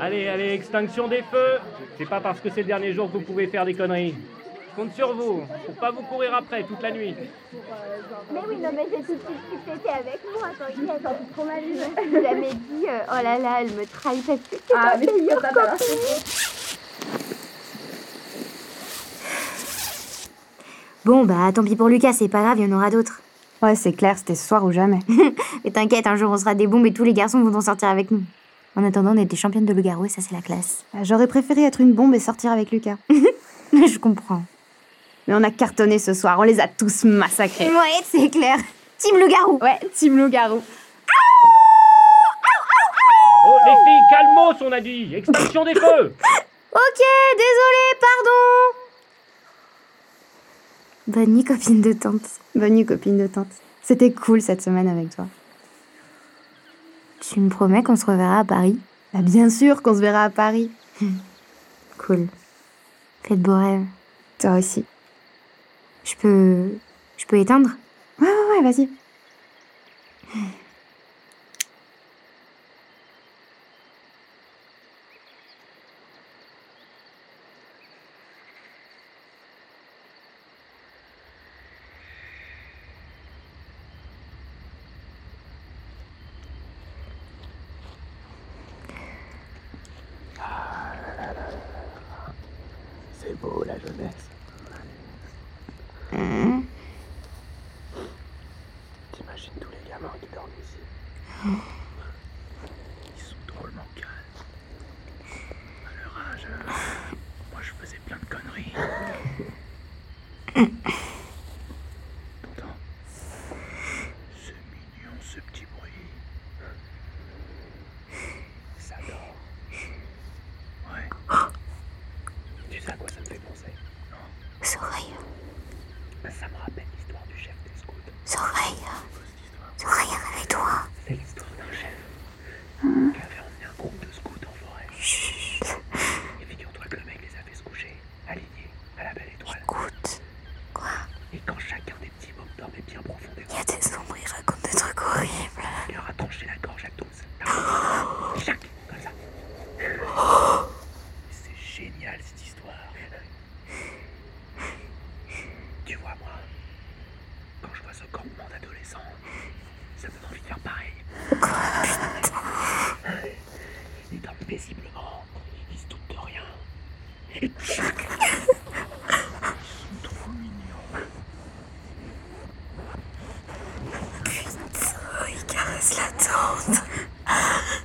Allez, allez, extinction des feux C'est pas parce que c'est le dernier jour que vous pouvez faire des conneries. Je compte sur vous, pour pas vous courir après toute la nuit. Mais oui, non, mais j'ai tout de suite su que t'étais avec moi quand il y a quand tu m'amuses. Je l'avais dit, euh, oh là là, elle me trahit parce que c'est Ah, ma mais c'est meilleure pas mal, hein, copine. Bon, bah tant pis pour Lucas, c'est pas grave, il y en aura d'autres. Ouais, c'est clair, c'était ce soir ou jamais. Mais t'inquiète, un jour on sera des bombes et tous les garçons vont en sortir avec nous. En attendant, on était championne de loup-garou et ça, c'est la classe. Ah, J'aurais préféré être une bombe et sortir avec Lucas. Je comprends. Mais on a cartonné ce soir, on les a tous massacrés. Ouais, c'est clair. Team loup-garou Ouais, team loup-garou. Oh, les filles, calmos, on a dit Extinction des feux Ok, désolé, pardon Bonne nuit, copine de tante. Bonne nuit, copine de tante. C'était cool cette semaine avec toi. Tu me promets qu'on se reverra à Paris Bah, bien sûr qu'on se verra à Paris. Cool. Faites beaux rêves. Toi aussi. Je peux... Je peux éteindre Ouais, Ah ouais, ouais, vas-y. C'est beau la jeunesse. T'imagines tous les gamins qui dorment ici. Ils sont drôlement calmes. À leur âge, euh, moi je faisais plein de conneries. T'entends C'est mignon ce petit bruit. Ça dort. Ouais. Tu sais à quoi ça me fait penser Soraya, Ça me rappelle l'histoire du chef des scouts. Soraya... Soraya, réveille-toi C'est l'histoire d'un chef qui avait emmené un groupe de scouts en forêt. Et figure-toi que le mec les a fait se coucher, alignés, à la belle étoile. Écoute, Et quand chacun des petits bobs dormait bien profondément, il y a des ombres, ils racontent des trucs horribles. il leur a tranché la gorge à tous. Chac Comme ça. C'est génial cette histoire. Tu vois, moi, quand je vois ce campement d'adolescents, ça me donne envie de faire pareil. Ils dorment paisiblement, ils se doutent de rien. Et tchac Ils sont trop mignons. Il caresse la tente.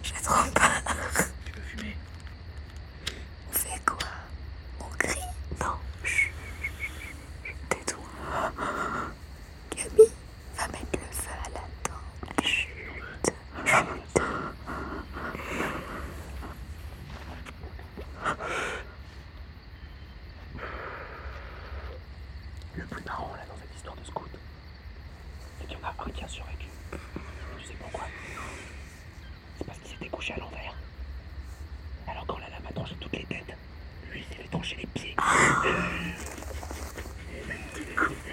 J'ai trop peur. Tu veux fumer On fait quoi On crie Non. Chut, chut, chut. Tais-toi. Camille, va mettre le feu à la tente. Chut. Le plus marrant là dans cette histoire de scout, c'est qu'il y en a un qui a survécu. Tu sais pourquoi C'est parce qu'il s'était couché à l'envers. Alors quand la lame a tranché toutes les têtes, lui il s'est tranché les pieds.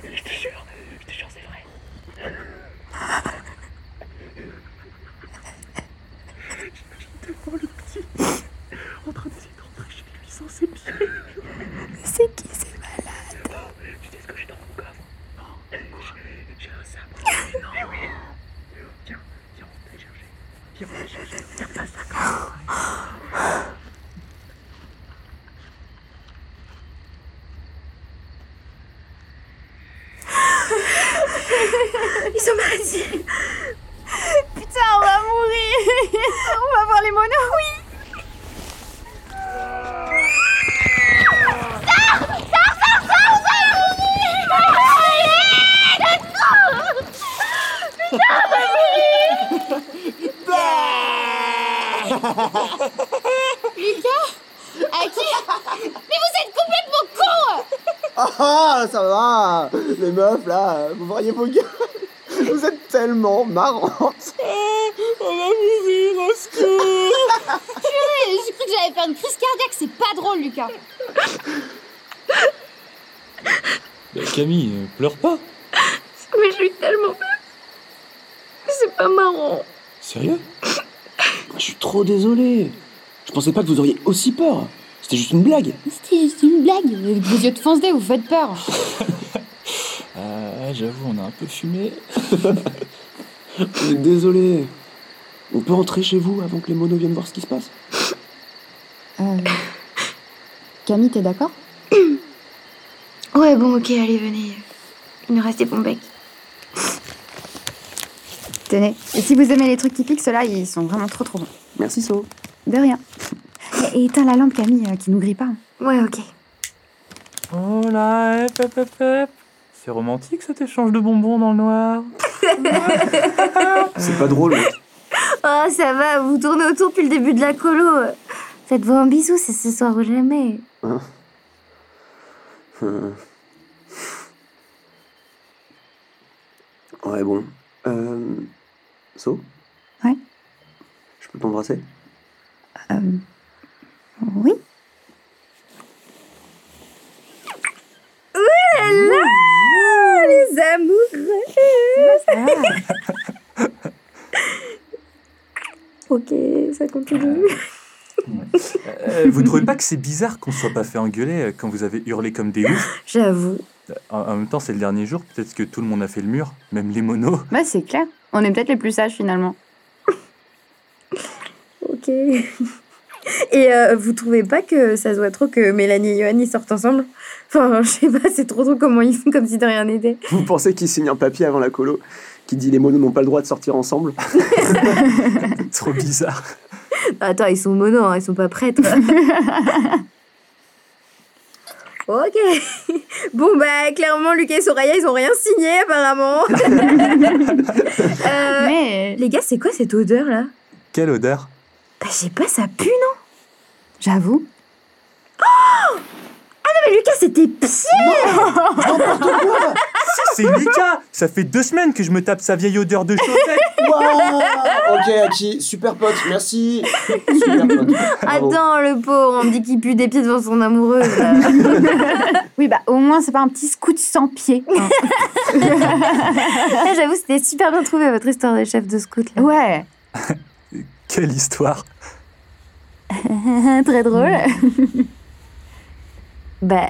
je te jure, je te jure c'est vrai. Je te vois le petit en train d'essayer de rentrer chez lui sans ses pieds. C'est qui c'est mal Tu sais ce que j'ai dans mon coffre Non. J'ai un sabre. Non. Mais oui. Tiens, Oh, viens, on va le chercher. Viens, on va le chercher. T'as pas ça comme ça. Ils sont partis. Putain, Ah, on va mourir. on va voir les monos. Oui. Ah, ça va Les meufs, là, euh, vous voyez vos gars Vous êtes tellement marrantes J'ai cru que j'allais faire une crise cardiaque, c'est pas drôle, Lucas. Bah, Camille, euh, pleure pas. Mais je lui ai tellement peur. C'est pas marrant. Ah, Sérieux Je suis trop désolé. Je pensais pas que vous auriez aussi peur. C'était juste une blague. C'était juste une blague. Avec vos yeux de foncé, vous faites peur. Ah, j'avoue, on a un peu fumé. On est Désolé. On peut rentrer chez vous avant que les monos viennent voir ce qui se passe Euh, Camille, t'es d'accord Ouais, bon, ok, allez, venez. Il nous reste des bons becs. Tenez. Et si vous aimez les trucs typiques, ceux-là, ils sont vraiment trop trop bons. Merci, So. De rien. Et, et éteins la lampe, Camille, euh, qui nous grille pas. Ouais, ok. Oh là, hep, hep, hep, hep. C'est romantique cet échange de bonbons dans le noir. C'est pas drôle, mec. Oh, ça va, vous tournez autour depuis le début de la colo. Faites-vous un bisou, c'est ce soir ou jamais. Euh. Ouais, bon. Euh... So Ouais. Je peux t'embrasser Oui. Les amoureux Ok, ça continue. Euh, vous trouvez pas que c'est bizarre qu'on soit pas fait engueuler euh, quand vous avez hurlé comme des oufs J'avoue. en, en même temps, c'est le dernier jour, peut-être que tout le monde a fait le mur, même les monos. Bah, c'est clair. On est peut-être les plus sages finalement. Ok. Et euh, vous trouvez pas que ça se voit trop que Mélanie et Johan ils sortent ensemble Enfin, je sais pas, c'est trop trop comment ils font comme si de rien n'était. Vous pensez qu'il signe un papier avant la colo qui dit les monos n'ont pas le droit de sortir ensemble Trop bizarre. Attends, ils sont monos, hein, ils sont pas prêtres. ok. Bon, bah, clairement, Lucas et Soraya, ils ont rien signé, apparemment. Euh, Mais Les gars, c'est quoi cette odeur là Quelle odeur Bah, je sais pas, hein. ça pue, non j'avoue. Oh Ah Mais Lucas, c'était pire Si, c'est Lucas Ça fait deux semaines que je me tape sa vieille odeur de chaussette Waouh Ok, Hachi, super pote, merci Super pote. bravo. Attends, le pauvre, on me dit qu'il pue des pieds devant son amoureuse. là. Oui, bah au moins c'est pas un petit scout sans pied. hein. Ah, J'avoue, c'était super bien trouvé votre histoire de chef de scout là. ouais. Quelle histoire Hein, Très drôle. Hmm. bah.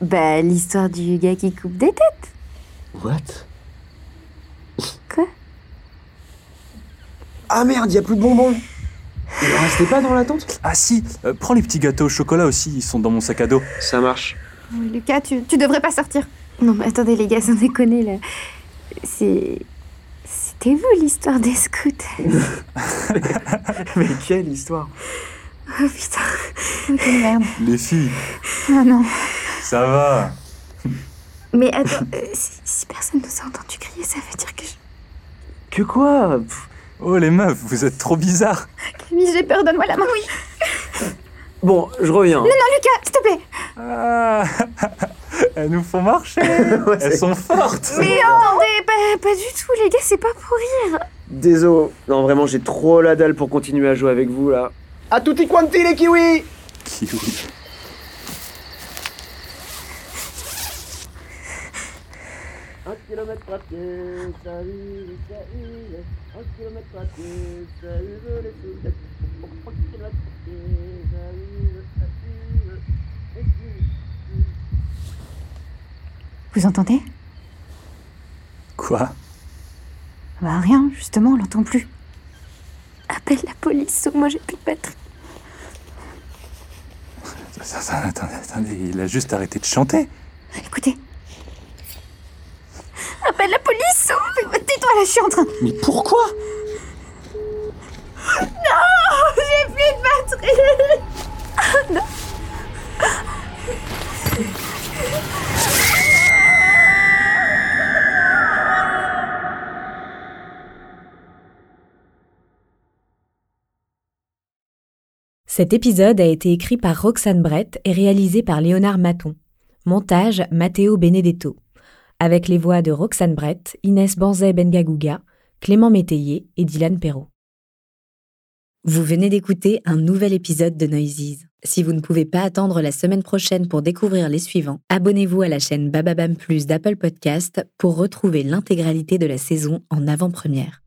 Bah, l'histoire du gars qui coupe des têtes. What Ah merde, y a plus de bonbons Il en restait pas dans la tente Ah si, euh, prends les petits gâteaux au chocolat aussi, ils sont dans mon sac à dos. Ça marche. Oui, Lucas, tu, tu devrais pas sortir. Non, mais attendez, les gars, sans déconner là. C'est. C'était vous l'histoire des scouts. Mais quelle histoire Oh putain. Oh, quelle merde. Les filles, Ah non. ça va Mais attends, euh, si, si personne nous a entendu crier, ça veut dire que je. Que quoi Pff, Oh les meufs, vous êtes trop bizarres Camille, j'ai peur, donne-moi la main. Oui. Bon, je reviens. Lucas, s'il te plaît. Ah, Elles nous font marcher Ouais, Elles sont fortes Mais attendez, pas, pas du tout, les gars, c'est pas pour rire. Désolé. Non, vraiment, j'ai trop la dalle pour continuer à jouer avec vous, là. À tutti quanti, les kiwis Kiwi. Vous entendez Quoi Bah rien, justement, on l'entend plus. Appelle la police, moi j'ai plus de batterie. Ça, ça, Attendez, attendez, il a juste arrêté de chanter Écoutez, Appelle la police tais-toi là, je suis en train. Mais pourquoi Cet épisode a été écrit par Roxane Brett et réalisé par Léonard Maton. Montage Matteo Benedetto. Avec les voix de Roxane Brett, Inès Banzai Bengagouga, Clément Métayer et Dylan Perrault. Vous venez d'écouter un nouvel épisode de Noises. Si vous ne pouvez pas attendre la semaine prochaine pour découvrir les suivants, abonnez-vous à la chaîne Bababam Plus d'Apple Podcast pour retrouver l'intégralité de la saison en avant-première.